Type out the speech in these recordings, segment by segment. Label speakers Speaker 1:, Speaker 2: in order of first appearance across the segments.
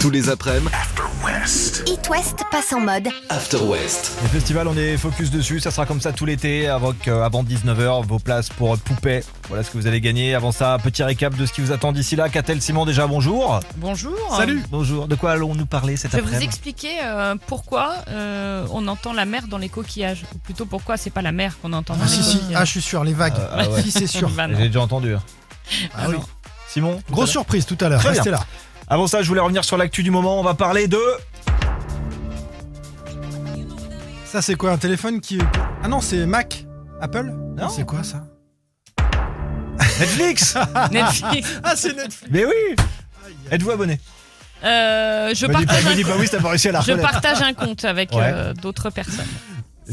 Speaker 1: Tous les après-midi,
Speaker 2: It West passe en mode.
Speaker 1: After West.
Speaker 3: Les festivals, on est focus dessus. Ça sera comme ça tout l'été, avant, que- avant 19h, vos places pour Poupée. Voilà ce que vous allez gagner. Avant ça, petit récap de ce qui vous attend d'ici là. Catel Simon, déjà bonjour.
Speaker 4: Bonjour.
Speaker 3: Bonjour. De quoi allons-nous parler cet
Speaker 4: Je vais vous
Speaker 3: après-midi
Speaker 4: expliquer euh, pourquoi euh, on entend la mer dans les coquillages. Ou plutôt pourquoi c'est pas la mer qu'on entend dans
Speaker 5: Ah,
Speaker 4: les
Speaker 5: si, si. Ah,
Speaker 4: coquillages.
Speaker 5: je suis sûr, les vagues.
Speaker 3: Euh, ah ouais.
Speaker 5: Si, c'est sûr.
Speaker 4: Bah non.
Speaker 3: J'ai déjà entendu. hein.
Speaker 5: Ah oui.
Speaker 3: Simon tout à
Speaker 5: Grosse
Speaker 3: l'heure.
Speaker 5: surprise tout à l'heure.
Speaker 3: Très bien.
Speaker 5: Restez là.
Speaker 3: Avant ça, je voulais revenir sur l'actu du moment. On va parler de.
Speaker 5: Ça, c'est quoi Un téléphone qui. Ah non, c'est Mac Apple
Speaker 3: Non.
Speaker 5: C'est quoi ça
Speaker 3: Netflix
Speaker 4: Netflix.
Speaker 5: Ah, c'est Netflix
Speaker 3: Mais oui Êtes-vous abonné
Speaker 4: Euh, je, partage un,
Speaker 3: pas oui, t'as pas réussi à la
Speaker 4: je
Speaker 3: reconnaître.
Speaker 4: partage un compte avec
Speaker 3: Ouais.
Speaker 4: euh, d'autres personnes.
Speaker 5: C'est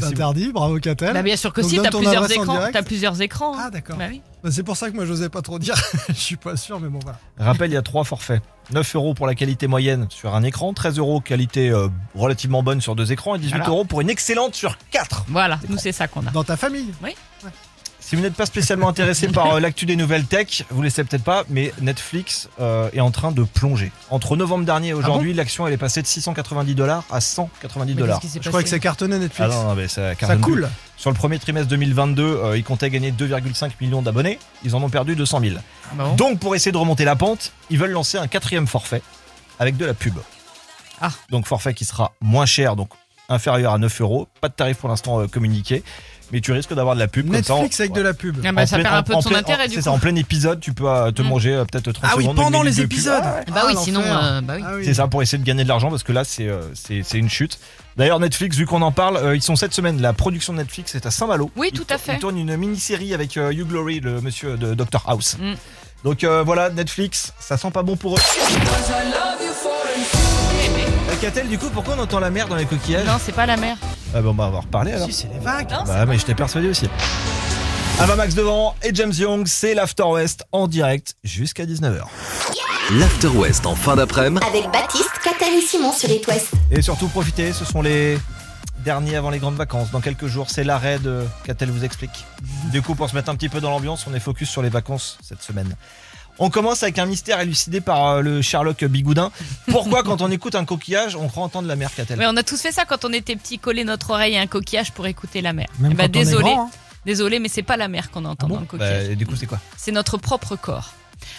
Speaker 3: Si vous-
Speaker 5: interdit, bravo Catel.
Speaker 4: Bah, bien sûr que
Speaker 5: Ah, Donc
Speaker 4: si,
Speaker 5: donne
Speaker 4: t'as
Speaker 5: ton
Speaker 4: plusieurs,
Speaker 5: adresse en
Speaker 4: écrans.
Speaker 5: direct.
Speaker 4: T'as plusieurs écrans.
Speaker 5: Ah, d'accord.
Speaker 4: Bah oui.
Speaker 5: Bah, c'est pour ça que moi, j'osais pas trop dire. Je suis pas sûr, mais bon, voilà.
Speaker 3: Rappel, il y a trois forfaits. 9 euros pour la qualité moyenne sur un écran, 13 euros qualité euh, relativement bonne sur deux écrans et 18
Speaker 4: Voilà.
Speaker 3: euros pour une excellente sur quatre.
Speaker 4: Voilà, nous c'est ça qu'on a.
Speaker 5: Dans ta famille
Speaker 3: Si vous n'êtes pas spécialement intéressé par euh, l'actu des nouvelles tech, vous le savez peut-être pas, mais Netflix euh, est en train de plonger. Entre novembre dernier et aujourd'hui, l'action elle est passée de 690 dollars à 190
Speaker 4: Mais qu'est-ce
Speaker 3: dollars.
Speaker 4: qui s'est
Speaker 5: Je crois que
Speaker 4: passé
Speaker 5: c'est cartonné Netflix.
Speaker 3: Ah non, non, mais ça,
Speaker 5: ça
Speaker 3: cartonne plus.
Speaker 5: coule.
Speaker 3: Sur le premier trimestre 2022, euh, ils comptaient gagner 2,5 millions d'abonnés. Ils en ont perdu 200 000.
Speaker 4: Bon.
Speaker 3: Donc, pour essayer de remonter la pente, ils veulent lancer un quatrième forfait avec de la pub.
Speaker 4: Ah.
Speaker 3: Donc, forfait qui sera moins cher, donc inférieur à 9 euros. Pas de tarif pour l'instant euh, communiqué, mais tu risques d'avoir de la pub. comme ça,
Speaker 5: Netflix
Speaker 3: en-
Speaker 5: avec de la pub.
Speaker 4: Ah bah,
Speaker 3: en
Speaker 4: ça
Speaker 3: plein-
Speaker 4: perd un peu
Speaker 3: en
Speaker 4: de son
Speaker 3: plein-
Speaker 4: intérêt
Speaker 3: en-
Speaker 4: du
Speaker 3: C'est
Speaker 4: coup.
Speaker 3: ça, en plein épisode, tu peux euh, te
Speaker 4: Mm.
Speaker 3: manger euh, peut-être 30
Speaker 5: Ah oui,
Speaker 3: secondes, une
Speaker 5: pendant
Speaker 3: minute
Speaker 5: les
Speaker 3: de pub.
Speaker 5: épisodes.
Speaker 3: Ah ouais.
Speaker 4: Bah
Speaker 5: Ah,
Speaker 4: oui,
Speaker 5: l'enfer.
Speaker 4: sinon, euh, bah oui.
Speaker 5: Ah
Speaker 3: C'est ça pour essayer de gagner de l'argent parce que là c'est euh, c'est c'est une chute. D'ailleurs Netflix vu qu'on en parle, euh, ils sont cette semaine la production de Netflix est à Saint-Malo.
Speaker 4: Oui,
Speaker 3: Ils
Speaker 4: tout à
Speaker 3: tour-
Speaker 4: fait.
Speaker 3: Ils tournent une mini-série avec euh, Hugh Glory le monsieur de Dr House.
Speaker 4: Mm.
Speaker 3: Donc euh, voilà Netflix, ça sent pas bon pour eux. Euh, Catel du coup pourquoi on entend la mer dans les coquillages
Speaker 4: Non, c'est pas la mer.
Speaker 3: Ah bah, on va en reparler alors.
Speaker 5: Si, c'est les vagues.
Speaker 4: Non,
Speaker 3: Bah mais je t'ai persuadé aussi. Ava Max devant et James Young, c'est l'After West en direct jusqu'à 19h.
Speaker 1: L'After West en fin d'après-midi,
Speaker 2: Avec Baptiste, Catel et Simon sur It West.
Speaker 3: Et surtout profitez, ce sont les derniers avant les grandes vacances. Dans quelques jours, c'est l'arrêt de Catel vous explique. Du coup, pour se mettre un petit peu dans l'ambiance, on est focus sur les vacances cette semaine. On commence avec un mystère élucidé par euh, le Sherlock Bigoudin. Pourquoi quand on écoute un coquillage, on croit entendre la mer Catel
Speaker 4: Mais on a tous fait ça quand on était petit, coller notre oreille à un coquillage pour écouter la mer.
Speaker 5: Même
Speaker 4: Eh bah,
Speaker 5: quand on est
Speaker 4: désolé,
Speaker 5: grand, hein.
Speaker 4: désolé, mais c'est pas la mer qu'on entend
Speaker 5: Ah bon
Speaker 4: dans le
Speaker 3: Bah,
Speaker 4: coquillage.
Speaker 3: et Du coup, c'est quoi
Speaker 4: c'est notre propre corps.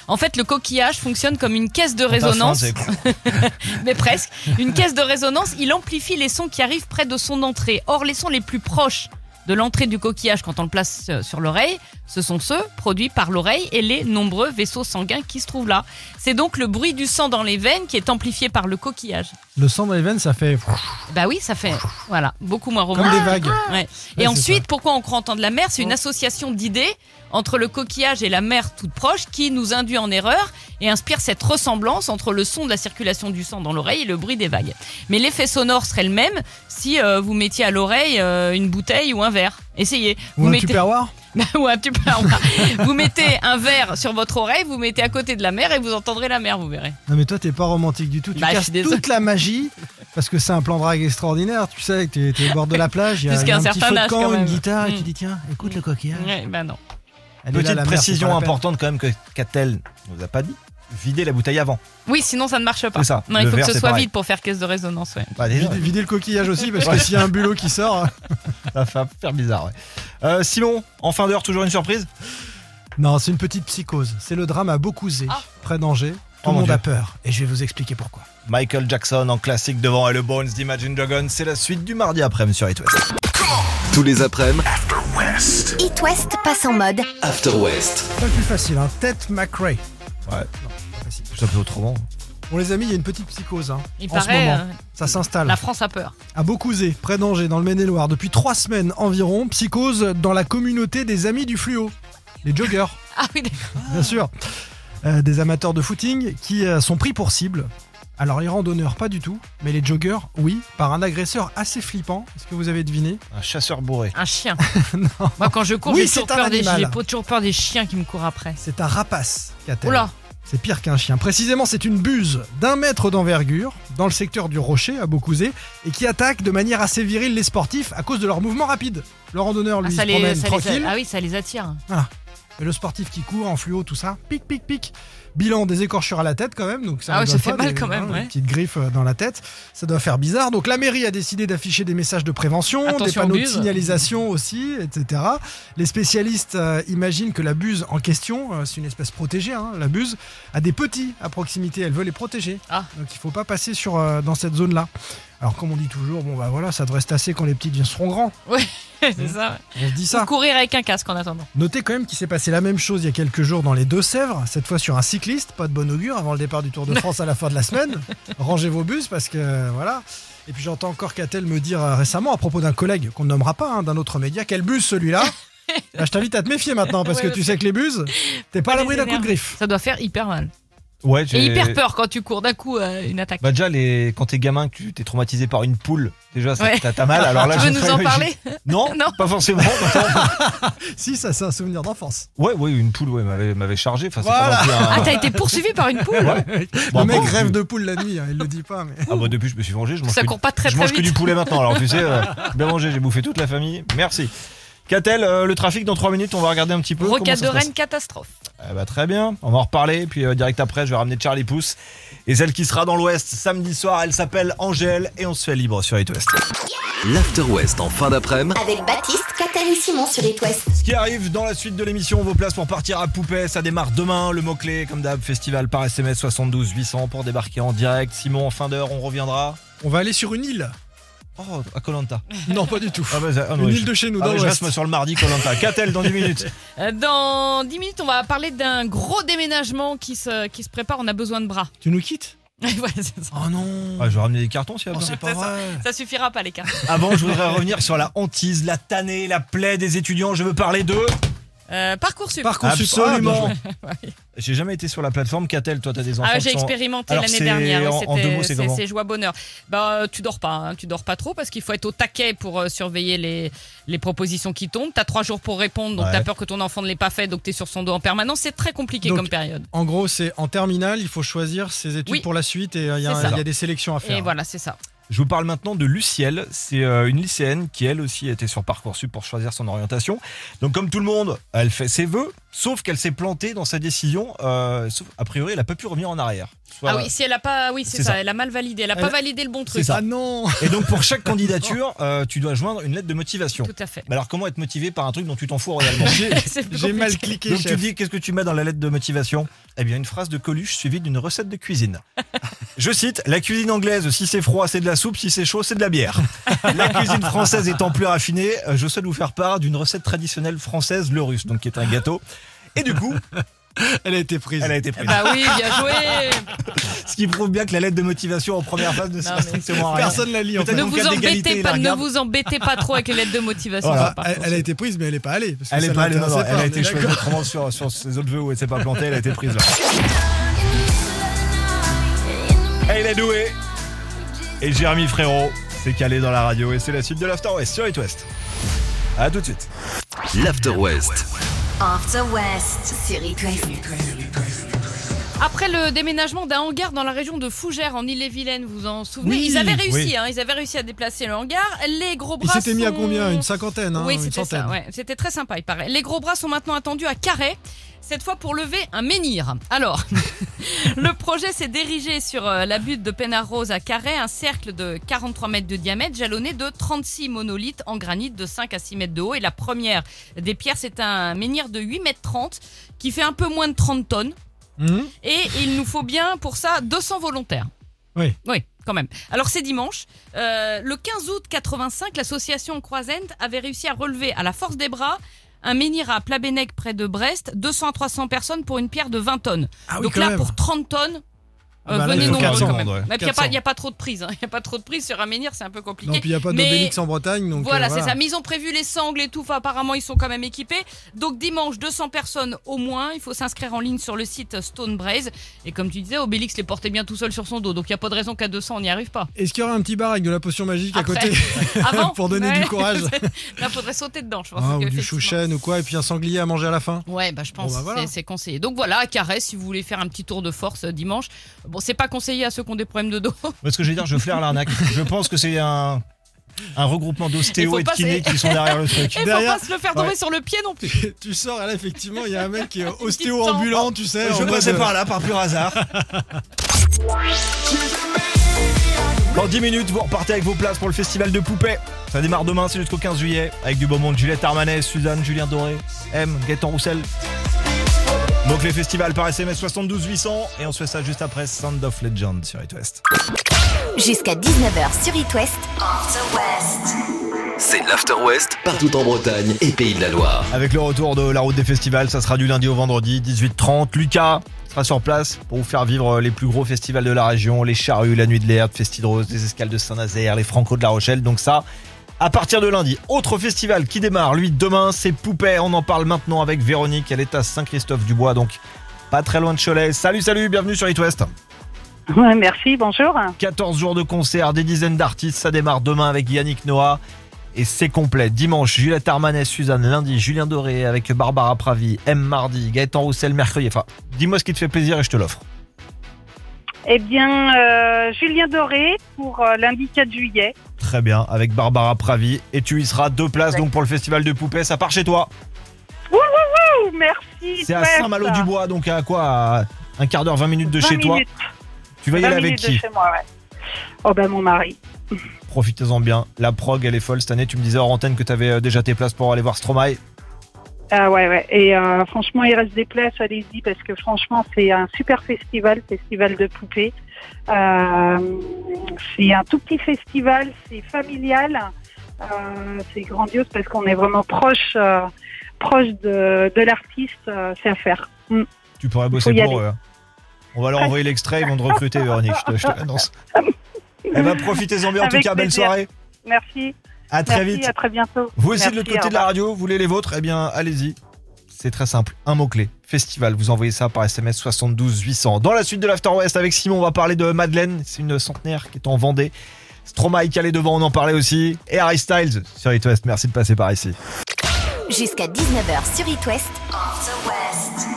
Speaker 4: En fait, le coquillage fonctionne comme une caisse de
Speaker 3: Quand t'as
Speaker 4: résonance,
Speaker 3: faim, c'est-
Speaker 4: mais presque. Une caisse de résonance, il amplifie les sons qui arrivent près de son entrée. Or, les sons les plus proches de l'entrée du coquillage quand on le place euh, sur l'oreille, ce sont ceux produits par l'oreille et les nombreux vaisseaux sanguins qui se trouvent là. C'est donc le bruit du sang dans les veines qui est amplifié par le coquillage.
Speaker 5: Le sang dans les veines, ça fait
Speaker 4: Bah oui, ça fait voilà beaucoup moins
Speaker 5: comme
Speaker 4: romantique.
Speaker 5: des vagues.
Speaker 4: Ouais.
Speaker 5: Ouais,
Speaker 4: Et
Speaker 5: c'est
Speaker 4: ensuite, pourquoi on croit entendre la mer C'est une association d'idées entre le coquillage et la mer toute proche qui nous induit en erreur et inspire cette ressemblance entre le son de la circulation du sang dans l'oreille et le bruit des vagues. Mais l'effet sonore serait le même si euh, vous mettiez à l'oreille euh, une bouteille ou un verre. Essayez.
Speaker 5: Ou
Speaker 4: vous
Speaker 5: un
Speaker 4: mettez...
Speaker 5: tupperware
Speaker 4: ou un tupperware. vous mettez un verre sur votre oreille, vous mettez à côté de la mer et vous entendrez la mer, vous verrez.
Speaker 5: Non mais toi t'es pas romantique du tout, tu
Speaker 4: Bah, je
Speaker 5: casses
Speaker 4: suis désolée.
Speaker 5: toute la magie parce que c'est un plan drague extraordinaire, tu sais, que t'es- t'es au bord de la plage, il y a,
Speaker 4: Jusqu'à
Speaker 5: il y a
Speaker 4: un
Speaker 5: un, petit
Speaker 4: certain
Speaker 5: feu de
Speaker 4: âge,
Speaker 5: camp,
Speaker 4: quand même.
Speaker 5: une guitare et
Speaker 4: Mm.
Speaker 5: tu dis tiens, écoute le coquillage.
Speaker 4: Ouais, bah non.
Speaker 5: Elle est là,
Speaker 3: Petite
Speaker 5: la mer, c'est
Speaker 3: précision
Speaker 5: pas la peine.
Speaker 3: importante quand même que Catel nous a pas dit. Videz la bouteille avant.
Speaker 4: Oui, sinon ça ne marche pas.
Speaker 3: C'est ça.
Speaker 4: Non, il
Speaker 3: Le
Speaker 4: faut
Speaker 3: verre,
Speaker 4: que ce
Speaker 3: c'est
Speaker 4: soit
Speaker 3: pareil.
Speaker 4: vide pour faire caisse de résonance. ouais.
Speaker 3: Bah, déjà,
Speaker 5: Vide- Vider le coquillage aussi parce que s'il y a un bulot qui sort. euh,
Speaker 3: ça va faire bizarre. ouais. Euh, Simon, en fin d'heure, toujours une surprise
Speaker 5: Non, c'est une petite psychose. C'est le drame à Beaucouzé,
Speaker 4: Ah.
Speaker 5: près d'Angers.
Speaker 3: Oh,
Speaker 5: Tout le
Speaker 3: mon
Speaker 5: monde a
Speaker 3: Dieu.
Speaker 5: peur et je vais vous expliquer pourquoi.
Speaker 3: Michael Jackson en classique devant et le Bones d'Imagine Dragons, c'est la suite du mardi après sur It West.
Speaker 1: tous les après-midi,
Speaker 2: It West passe en mode.
Speaker 1: After West.
Speaker 5: Pas plus facile, hein. Tête McRae.
Speaker 3: Ouais.
Speaker 5: Non, pas facile.
Speaker 3: Ça peut autrement.
Speaker 5: Bon les amis, il y a une petite psychose hein,
Speaker 4: Il
Speaker 5: en ce
Speaker 4: paraît,
Speaker 5: moment.
Speaker 4: euh,
Speaker 5: Ça s'installe.
Speaker 4: la France a peur.
Speaker 5: à Beaucouzé, près d'Angers, dans le Maine-et-Loire, depuis trois semaines environ, psychose dans la communauté des amis du fluo, les joggers,
Speaker 4: Ah oui,
Speaker 5: bien sûr, Euh, des amateurs de footing qui euh, sont pris pour cible. Alors les randonneurs, pas du tout, mais les joggers, oui, par un agresseur assez flippant. Est-ce que vous avez deviné
Speaker 3: Un chasseur bourré.
Speaker 4: Un chien. Moi, quand je cours,
Speaker 5: Oui,
Speaker 4: j'ai toujours,
Speaker 5: c'est un
Speaker 4: peur des-
Speaker 5: animal.
Speaker 4: j'ai pas toujours peur des chiens qui me courent après.
Speaker 5: C'est un rapace. qu'a-t-elle.
Speaker 4: Oula,
Speaker 5: C'est pire qu'un chien. Précisément, c'est une buse d'un mètre d'envergure dans le secteur du Rocher à Beaucouzé et qui attaque de manière assez virile les sportifs à cause de leur mouvement rapide. Le randonneur, lui,
Speaker 4: ah,
Speaker 5: il
Speaker 4: ça,
Speaker 5: se
Speaker 4: les,
Speaker 5: promène
Speaker 4: ça les-
Speaker 5: tranquille.
Speaker 3: Mmh.
Speaker 4: ah oui, ça les attire.
Speaker 5: Et le sportif qui court en fluo, tout ça, pic, pic, pic. Bilan des écorchures à la tête quand même. Donc ça
Speaker 4: Ah ouais,
Speaker 5: rigole
Speaker 4: ça fait
Speaker 5: pas,
Speaker 4: mal
Speaker 5: des-
Speaker 4: quand même,
Speaker 5: hein,
Speaker 4: ouais.
Speaker 5: Une petite griffe euh, dans la tête. Ça doit faire bizarre. Donc la mairie a décidé d'afficher des messages de prévention, des
Speaker 6: Attention aux
Speaker 5: panneaux de
Speaker 6: buses.
Speaker 5: signalisation aussi, etc. Les spécialistes euh, imaginent que la buse en question, euh, c'est une espèce protégée, hein, la buse, a des petits à proximité. Elle veut les protéger.
Speaker 4: Ah.
Speaker 5: Donc il faut pas passer sur, euh, dans cette zone-là. Alors comme on dit toujours, bon bah voilà, ça devrait se tasser quand les petites seront grands.
Speaker 4: c'est ça.
Speaker 5: On se dit ça.
Speaker 4: Faut courir avec un casque en attendant.
Speaker 5: Notez quand même qu'il s'est passé la même chose il y a quelques jours dans les Deux-Sèvres, cette fois sur un cycliste, pas de bon augure avant le départ du Tour de France à la fin de la semaine. Rangez vos bus parce que voilà. Et puis j'entends encore Catel me dire euh, récemment à propos d'un collègue qu'on ne nommera pas, hein, d'un autre média, quel bus celui-là Là, Je t'invite à te méfier maintenant parce que
Speaker 4: Ouais,
Speaker 5: tu sais que les bus, t'es pas à
Speaker 4: Pas
Speaker 5: l'abri
Speaker 4: les
Speaker 5: d'un coup de
Speaker 4: énerver.
Speaker 5: griffe.
Speaker 4: Ça doit faire hyper mal.
Speaker 3: Ouais,
Speaker 4: Et
Speaker 3: j'ai-
Speaker 4: hyper peur quand tu cours d'un coup à une attaque.
Speaker 3: Bah déjà, les... quand t'es gamin, que tu t'es traumatisé par une poule, déjà, ça
Speaker 4: Ouais.
Speaker 3: t'as t'as mal. Alors là,
Speaker 4: tu veux
Speaker 3: j'ai
Speaker 4: nous
Speaker 3: pas
Speaker 4: en
Speaker 3: imaginer-
Speaker 4: parler
Speaker 3: non,
Speaker 4: Non.
Speaker 3: pas forcément.
Speaker 5: Si, ça c'est un souvenir d'enfance.
Speaker 3: ouais, ouais, une poule ouais, m'avait m'avait chargé. Enfin, c'est pas
Speaker 5: Voilà.
Speaker 3: non plus un-
Speaker 4: Ah, t'as été poursuivi par une poule
Speaker 3: Bah. Ouais. Bon, hmm.
Speaker 5: le mec
Speaker 3: bon,
Speaker 5: rêve
Speaker 3: je-
Speaker 5: de poule la nuit, hein, il le dit pas. Mais...
Speaker 3: Ah bah depuis je me suis vengé, je mange,
Speaker 4: Ça
Speaker 3: que,
Speaker 4: court pas très
Speaker 3: je
Speaker 4: très
Speaker 3: mange que
Speaker 4: vite.
Speaker 3: du poulet maintenant. Alors tu sais, euh, bien mangé, j'ai bouffé toute la famille. Merci. Catel, euh, le trafic dans 3 minutes, on va regarder un petit peu. comment
Speaker 4: Rocade
Speaker 3: ça
Speaker 4: de
Speaker 3: se passe.
Speaker 4: Rennes, catastrophe.
Speaker 3: Eh bah, très bien, on va en reparler. Puis euh, direct après, je vais ramener Charlie Pouce. Et celle qui sera dans l'Ouest samedi soir, elle s'appelle Angèle et on se fait libre sur It West.
Speaker 1: l'After West en fin d'après-midi,
Speaker 2: Avec Baptiste, Catel et Simon sur It West.
Speaker 3: Ce qui arrive dans la suite de l'émission, vos places pour partir à Poupée, ça démarre demain. Le mot-clé, comme d'hab, festival par SMS 72 800 pour débarquer en direct. Simon, en fin d'heure, on reviendra.
Speaker 5: On va aller sur une île.
Speaker 3: Oh, à Colanta.
Speaker 5: Non, pas du tout.
Speaker 3: Ah bah, ça- ah,
Speaker 5: Une
Speaker 3: ouais,
Speaker 5: île
Speaker 3: je-
Speaker 5: de chez nous,
Speaker 3: ah
Speaker 5: dans
Speaker 3: ouais, je
Speaker 5: l'Ouest.
Speaker 3: reste moi, sur le mardi Colanta. Catel dans 10 minutes.
Speaker 4: Euh, Dans 10 minutes, on va parler d'un gros déménagement qui se, qui se prépare. On a besoin de bras.
Speaker 5: Tu nous quittes
Speaker 4: Voilà, c'est ça.
Speaker 5: Oh non
Speaker 3: Ah, je vais ramener des cartons s'il y a
Speaker 5: Oh,
Speaker 3: besoin.
Speaker 5: C'est pas
Speaker 4: C'est ça.
Speaker 5: vrai
Speaker 4: Ça suffira pas, les gars.
Speaker 3: Avant, je voudrais revenir sur la hantise, la tannée, la plaie des étudiants. Je veux parler d'eux.
Speaker 4: Euh, Parcoursup.
Speaker 5: Par contre, absolument.
Speaker 3: Ah, J'ai jamais été sur la plateforme. Catel, toi, t'as des enfants
Speaker 4: Ah,
Speaker 3: qui
Speaker 4: j'ai
Speaker 3: sont-
Speaker 4: expérimenté
Speaker 3: Alors,
Speaker 4: l'année
Speaker 3: c'est-
Speaker 4: dernière. oui,
Speaker 3: en- en deux
Speaker 4: c'était-
Speaker 3: mots, c'est
Speaker 4: c'est
Speaker 3: comment
Speaker 4: c'est joie bonheur. Bah, euh, tu dors pas, hein, tu dors pas trop parce qu'il faut être au taquet pour euh, surveiller les, les propositions qui tombent. T'as trois jours pour répondre, donc
Speaker 3: Ouais.
Speaker 4: t'as peur que ton enfant ne l'ait pas fait, donc t'es sur son dos en permanence. C'est très compliqué
Speaker 5: Donc,
Speaker 4: comme période.
Speaker 5: En gros, c'est en terminale, il faut choisir ses études
Speaker 4: Oui.
Speaker 5: pour la suite et euh, il y, a
Speaker 4: C'est
Speaker 5: un-
Speaker 4: ça.
Speaker 5: il y a des sélections à faire.
Speaker 4: Et voilà, c'est ça.
Speaker 3: Je vous parle maintenant de Lucielle. C'est euh, une lycéenne qui, elle aussi, était sur Parcoursup pour choisir son orientation. Donc, comme tout le monde, elle fait ses vœux, sauf qu'elle s'est plantée dans sa décision. euh, sauf, a priori, elle a pas pu revenir en arrière. Soit-
Speaker 4: Ah oui, si elle a pas, oui, c'est
Speaker 3: C'est
Speaker 4: ça,
Speaker 3: ça.
Speaker 4: Elle a mal validé, elle a
Speaker 5: Elle-
Speaker 4: pas validé le bon truc.
Speaker 3: ça.
Speaker 5: Ah non
Speaker 3: Et donc, pour chaque candidature, euh, tu dois joindre une lettre de motivation.
Speaker 4: Tout à fait.
Speaker 3: Mais Alors, comment être motivé par un truc dont tu t'en fous royalement
Speaker 4: C'est plus
Speaker 5: J'ai mal
Speaker 4: compliqué.
Speaker 5: cliqué,
Speaker 3: Donc
Speaker 5: chef.
Speaker 3: tu dis qu'est-ce que tu mets dans la lettre de motivation Eh bien une phrase de Coluche suivie d'une recette de cuisine. Je cite la cuisine anglaise si c'est froid c'est de la soupe si c'est chaud c'est de la bière. La cuisine française étant plus raffinée, euh, je souhaite vous faire part d'une recette traditionnelle française le russe donc qui est un gâteau. Et du coup,
Speaker 5: Elle a été prise.
Speaker 3: elle a été prise.
Speaker 4: Bah oui, bien joué.
Speaker 3: Ce qui prouve bien que la lettre de motivation en première phase ne sert
Speaker 4: mais-
Speaker 3: strictement à rien.
Speaker 5: Personne la lit en
Speaker 3: Peut-être
Speaker 4: ne
Speaker 5: fait.
Speaker 3: donc,
Speaker 4: vous
Speaker 3: à d'égalité,
Speaker 4: embêtez
Speaker 3: il
Speaker 4: pas, ne
Speaker 3: regarde.
Speaker 4: vous embêtez pas trop avec les lettres de motivation.
Speaker 3: Voilà,
Speaker 4: sur
Speaker 5: Bah,
Speaker 4: Parcoursup.
Speaker 5: elle, elle a été prise, mais elle n'est pas allée. parce que
Speaker 3: Elle est
Speaker 5: ça
Speaker 3: pas allée, non, non,
Speaker 5: l'intéressait
Speaker 3: elle
Speaker 5: pas,
Speaker 3: a
Speaker 5: on
Speaker 3: été
Speaker 5: est
Speaker 3: choisie
Speaker 5: d'accord.
Speaker 3: autrement sur, sur ses autres vœux où elle s'est pas plantée, elle a été prise. Elle est douée Et Jérémy Frérot s'est calé dans la radio et c'est la suite de l'After West sur It West. A tout de suite.
Speaker 1: l'After West.
Speaker 2: After West sur It West.
Speaker 4: Après le déménagement d'un hangar dans la région de Fougères en Ille-et-Vilaine, vous en souvenez
Speaker 5: Oui,
Speaker 4: Ils avaient réussi,
Speaker 3: oui.
Speaker 4: hein, ils avaient réussi à déplacer le hangar. Les gros
Speaker 5: Il
Speaker 4: bras.
Speaker 5: s'était mis à
Speaker 4: sont-
Speaker 5: combien Une cinquantaine, hein,
Speaker 4: Oui,
Speaker 5: une
Speaker 4: c'était
Speaker 5: centaine.
Speaker 4: ça. ouais. C'était très sympa, il paraît. Les gros bras sont maintenant attendus à Carhaix. Cette fois pour lever un menhir. Alors, le projet s'est dirigé sur euh, la butte de Pénarose à Carhaix, un cercle de 43 mètres de diamètre jalonné de 36 monolithes en granit de 5 à 6 mètres de haut. Et la première des pierres, c'est un menhir de 8 mètres 30 qui fait un peu moins de 30 tonnes.
Speaker 5: Mhm.
Speaker 4: Et il nous faut bien pour ça 200 volontaires.
Speaker 5: Oui.
Speaker 4: Oui, quand même. Alors c'est dimanche. Euh, le 15 août 85, l'association Croisente avait réussi à relever à la force des bras un menhir à Plabennec près de Brest, 200 à 300 personnes pour une pierre de 20 tonnes.
Speaker 5: Ah oui,
Speaker 4: Donc
Speaker 5: quand
Speaker 4: là,
Speaker 5: même.
Speaker 4: pour 30 tonnes,
Speaker 5: Ah
Speaker 4: euh,
Speaker 5: bah là,
Speaker 4: venez
Speaker 5: il faut
Speaker 4: nombreux
Speaker 5: 400,
Speaker 4: quand même.
Speaker 3: ouais.
Speaker 4: Mais puis il n'y a, pas-
Speaker 5: 400.
Speaker 4: il y a pas trop de prise. hein. Il n'y a pas trop de prise sur un menhir, c'est un peu compliqué.
Speaker 5: Non, puis il n'y a pas
Speaker 4: Mais-
Speaker 5: d'obélix en Bretagne. Donc,
Speaker 4: Voilà,
Speaker 5: euh,
Speaker 4: c'est ça. Mais ils ont prévu les sangles et tout. Enfin, apparemment, ils sont quand même équipés. Donc, dimanche, 200 personnes au moins. Il faut s'inscrire en ligne sur le site Stonebraze. Et comme tu disais, Obélix les portait bien tout seul sur son dos. Donc, il n'y a pas de raison qu'à 200, on n'y arrive pas.
Speaker 5: Est-ce qu'il y aurait un petit bar avec de la potion magique à
Speaker 4: Après.
Speaker 5: côté
Speaker 4: Avant,
Speaker 5: Pour donner du courage.
Speaker 4: Là, faudrait sauter dedans, je pense.
Speaker 5: Ah,
Speaker 4: que,
Speaker 5: Ou du
Speaker 4: effectivement.
Speaker 5: chouchen ou quoi, et puis un sanglier à manger à la fin
Speaker 4: Ouais, bah je pense
Speaker 5: Bon, bah,
Speaker 4: que
Speaker 5: voilà.
Speaker 4: c'est- c'est conseillé. Donc voilà, à Carré, si vous voulez faire un petit tour de force euh, dimanche. Bon, c'est pas conseillé à ceux qui ont des problèmes de dos.
Speaker 3: Parce que je vais dire, je flaire l'arnaque. Je pense que c'est un un regroupement
Speaker 4: Il faut
Speaker 3: d'ostéo et de
Speaker 4: pas
Speaker 3: kinés
Speaker 4: se-
Speaker 3: qui sont derrière le truc.
Speaker 4: Et faut
Speaker 5: Derrière-
Speaker 4: pas se le faire tomber
Speaker 5: Ouais.
Speaker 4: sur le pied non plus.
Speaker 5: tu sors et là effectivement il y a un mec qui est
Speaker 4: petite
Speaker 5: ostéo ambulant tu sais en
Speaker 3: Je
Speaker 5: mode- euh,
Speaker 3: passais par là par pur hasard. Dans 10 minutes, vous repartez avec vos places pour le festival de poupées. Ça démarre demain, c'est jusqu'au 15 juillet, avec du beau monde Juliette Armanet, Suzanne, Julien Doré, M, Gaëtan Roussel. Donc les festivals par SMS 72 800 et on se fait ça juste après Sound of Legend sur It West.
Speaker 2: Jusqu'à 19h sur It West. After West.
Speaker 1: C'est l'After West partout en Bretagne et Pays de la Loire.
Speaker 3: Avec le retour de la route des festivals, ça sera du lundi au vendredi, 18h30. Lucas sera sur place pour vous faire vivre les plus gros festivals de la région, les charrues, la nuit de l'herbe, Festi de Rose, les escales de Saint-Nazaire, les Franco de la Rochelle. Donc ça, à partir de lundi. Autre festival qui démarre, lui, demain, c'est Poupée. On en parle maintenant avec Véronique. Elle est à Saint-Christophe-du-Bois, donc pas très loin de Cholet. Salut, salut, bienvenue sur It West.
Speaker 6: Ouais, merci, bonjour.
Speaker 3: 14 jours de concert, des dizaines d'artistes. Ça démarre demain avec Yannick Noah. Et c'est complet. Dimanche, Juliette Armanet, Suzanne. Lundi, Julien Doré avec Barbara Pravi. M mardi, Gaëtan Roussel mercredi. Enfin, dis-moi ce qui te fait plaisir et je te l'offre.
Speaker 6: Eh bien, euh, Julien Doré pour euh, lundi 4 juillet.
Speaker 3: Très bien, avec Barbara Pravi. Et tu y seras deux places
Speaker 6: Ouais.
Speaker 3: donc pour le festival de poupées. Ça part chez toi.
Speaker 6: Ouh, merci.
Speaker 3: C'est à
Speaker 6: West.
Speaker 3: Saint-Malo-du-Bois, donc à quoi à Un quart d'heure, 20 minutes de
Speaker 6: 20
Speaker 3: chez toi.
Speaker 6: minutes,
Speaker 3: Tu vas y
Speaker 6: 20
Speaker 3: aller avec
Speaker 6: minutes de
Speaker 3: qui
Speaker 6: chez moi, ouais. Oh ben mon mari.
Speaker 3: Profitez-en bien. La prog, elle est folle cette année. Tu me disais hors antenne que tu avais déjà tes places pour aller voir Stromae.
Speaker 6: Ah ouais, ouais. Et euh, franchement, il reste des places, allez-y, parce que franchement, c'est un super festival, festival de poupées. Euh, c'est un tout petit festival, c'est familial, euh, c'est grandiose parce qu'on est vraiment proche, euh, proche de, de l'artiste, euh, c'est à faire. Mm.
Speaker 3: Tu pourrais bosser
Speaker 6: y
Speaker 3: pour eux. hein. On va leur envoyer l'extrait, ils vont te recruter, Véronique, je te, je te l'annonce. Eh ben, profitez-en bien, en tout
Speaker 6: Avec
Speaker 3: cas, belle
Speaker 6: plaisir.
Speaker 3: soirée.
Speaker 6: Merci.
Speaker 3: À très
Speaker 6: merci,
Speaker 3: vite.
Speaker 6: à très bientôt.
Speaker 3: Vous aussi de
Speaker 6: Merci,
Speaker 3: l'autre
Speaker 6: au
Speaker 3: côté de la
Speaker 6: revoir.
Speaker 3: radio, vous voulez les vôtres Eh bien, allez-y. C'est très simple. Un mot-clé. Festival. Vous envoyez ça par SMS 72 800. Dans la suite de l'After West, avec Simon, on va parler de Madeleine. C'est une centenaire qui est en Vendée. Stromae qui allait devant, on en parlait aussi. Et Harry Styles sur It West. Merci de passer par ici.
Speaker 2: Jusqu'à 19h sur It West. After West.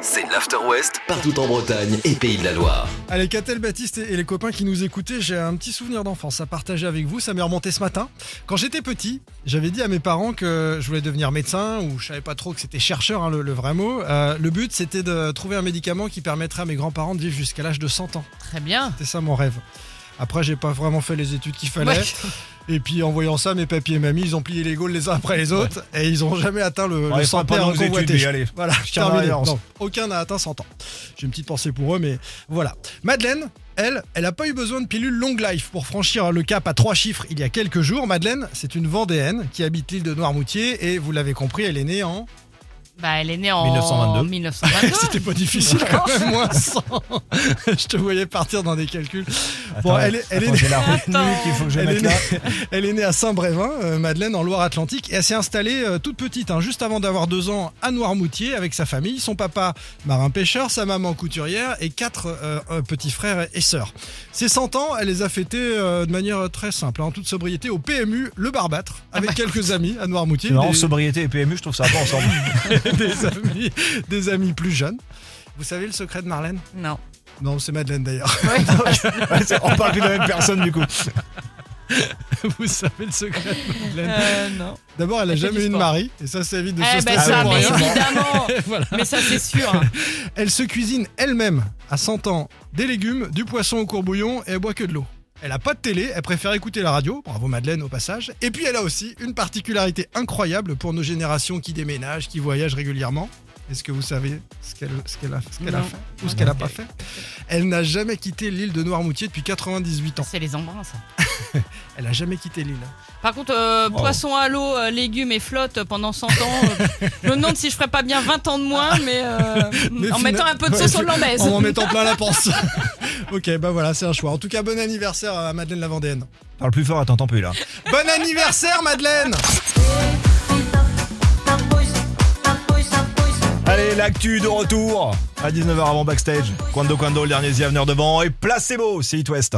Speaker 1: C'est l'After West partout en Bretagne et Pays de la Loire.
Speaker 5: Allez, Catel Baptiste et et les copains qui nous écoutaient, j'ai un petit souvenir d'enfance à partager avec vous. Ça m'est remonté ce matin. Quand j'étais petit, j'avais dit à mes parents que je voulais devenir médecin ou je savais pas trop que c'était chercheur, hein, le, le vrai mot. Euh, le but, c'était de trouver un médicament qui permettrait à mes grands-parents de vivre jusqu'à l'âge de 100 ans.
Speaker 4: Très bien.
Speaker 5: C'était ça mon rêve. Après, j'ai pas vraiment fait les études qu'il fallait.
Speaker 4: Ouais.
Speaker 5: Et puis, en voyant ça, mes papiers et mamie, ils ont plié les gaules les uns après les autres et ils ont jamais atteint le,
Speaker 3: Ouais,
Speaker 5: le
Speaker 3: ils font pas
Speaker 5: centenaire
Speaker 3: nos études,
Speaker 5: convoité.
Speaker 3: mais allez,
Speaker 5: Voilà,
Speaker 3: tiens
Speaker 5: terminé.
Speaker 3: derrière, on
Speaker 5: Non, aucun n'a atteint 100 ans. J'ai une petite pensée pour eux, mais voilà. Madeleine, elle, elle n'a pas eu besoin de pilule long life pour franchir le cap à trois chiffres il y a quelques jours. Madeleine, c'est une Vendéenne qui habite l'île de Noirmoutier et vous l'avez compris, elle est née en.
Speaker 4: Bah, elle est née en
Speaker 3: 1922.
Speaker 4: 1922.
Speaker 5: C'était pas difficile quand même, moins 100. Je te voyais partir dans des calculs. Bon, elle est- elle est-
Speaker 3: attends, j'ai la retenue
Speaker 4: Attends.
Speaker 3: qu'il faut que je
Speaker 5: Elle
Speaker 3: mette
Speaker 5: est,
Speaker 3: là.
Speaker 5: née, elle est née à Saint-Brévin, euh, Madeleine, en Loire-Atlantique, et elle s'est installée euh, toute petite, hein, juste avant d'avoir deux ans, à Noirmoutier avec sa famille, son papa marin-pêcheur, sa maman couturière et quatre euh, euh, petits frères et sœurs. Ses 100 ans, elle les a fêtés euh, de manière très simple, hein, en toute sobriété, au PMU Le Barbâtre,
Speaker 4: Ah
Speaker 5: avec
Speaker 4: bah.
Speaker 5: quelques amis à Noirmoutier,
Speaker 3: C'est marrant,
Speaker 5: des-
Speaker 3: sobriété et PMU, je trouve ça pas ensemble.
Speaker 5: des amis- des amis plus jeunes. Vous savez le secret de Marlène
Speaker 4: Non.
Speaker 5: Non, c'est Madeleine d'ailleurs.
Speaker 3: Ouais, c'est- on parle plus de la même personne du coup.
Speaker 5: Vous savez le secret de Madeleine
Speaker 4: Euh, non.
Speaker 5: D'abord, elle a
Speaker 4: Elle fait
Speaker 5: jamais
Speaker 4: du
Speaker 5: eu de
Speaker 4: sport.
Speaker 5: mari, et ça, ça évite de se
Speaker 4: Eh ben
Speaker 5: stresser
Speaker 4: ça,
Speaker 5: pour
Speaker 4: mais
Speaker 5: rien.
Speaker 4: évidemment.
Speaker 5: Voilà.
Speaker 4: Mais ça, c'est sûr. hein.
Speaker 5: Elle se cuisine elle-même à 100 ans des légumes, du poisson au courbouillon et elle boit que de l'eau. Elle a pas de télé, elle préfère écouter la radio, bravo Madeleine au passage. Et puis elle a aussi une particularité incroyable pour nos générations qui déménagent, qui voyagent régulièrement. Est-ce que vous savez ce qu'elle ce qu'elle a, ce qu'elle a
Speaker 4: Non.
Speaker 5: fait ou ce qu'elle a pas fait Elle n'a jamais quitté l'île de Noirmoutier depuis 98 ans.
Speaker 4: C'est les embruns, ça.
Speaker 5: Elle a jamais quitté l'île.
Speaker 4: Par contre, euh, poisson à l'eau, euh, légumes et flotte pendant 100 ans. euh, je me demande si je ferais pas bien 20 ans de moins, mais, euh,
Speaker 5: Mais
Speaker 4: en
Speaker 5: fina-
Speaker 4: mettant un peu de
Speaker 5: Ouais,
Speaker 4: sauce
Speaker 5: je-
Speaker 4: hollandaise.
Speaker 5: En en mettant plein la panse. ok, bah voilà, c'est un choix. En tout cas, bon anniversaire à Madeleine Lavandéenne.
Speaker 3: Parle plus fort, attends, t'entends plus là.
Speaker 5: Bon anniversaire Madeleine
Speaker 3: Allez, l'actu de retour à 19h avant backstage. Quando Quando, le dernier The Avenir devant et placebo, c'est It West.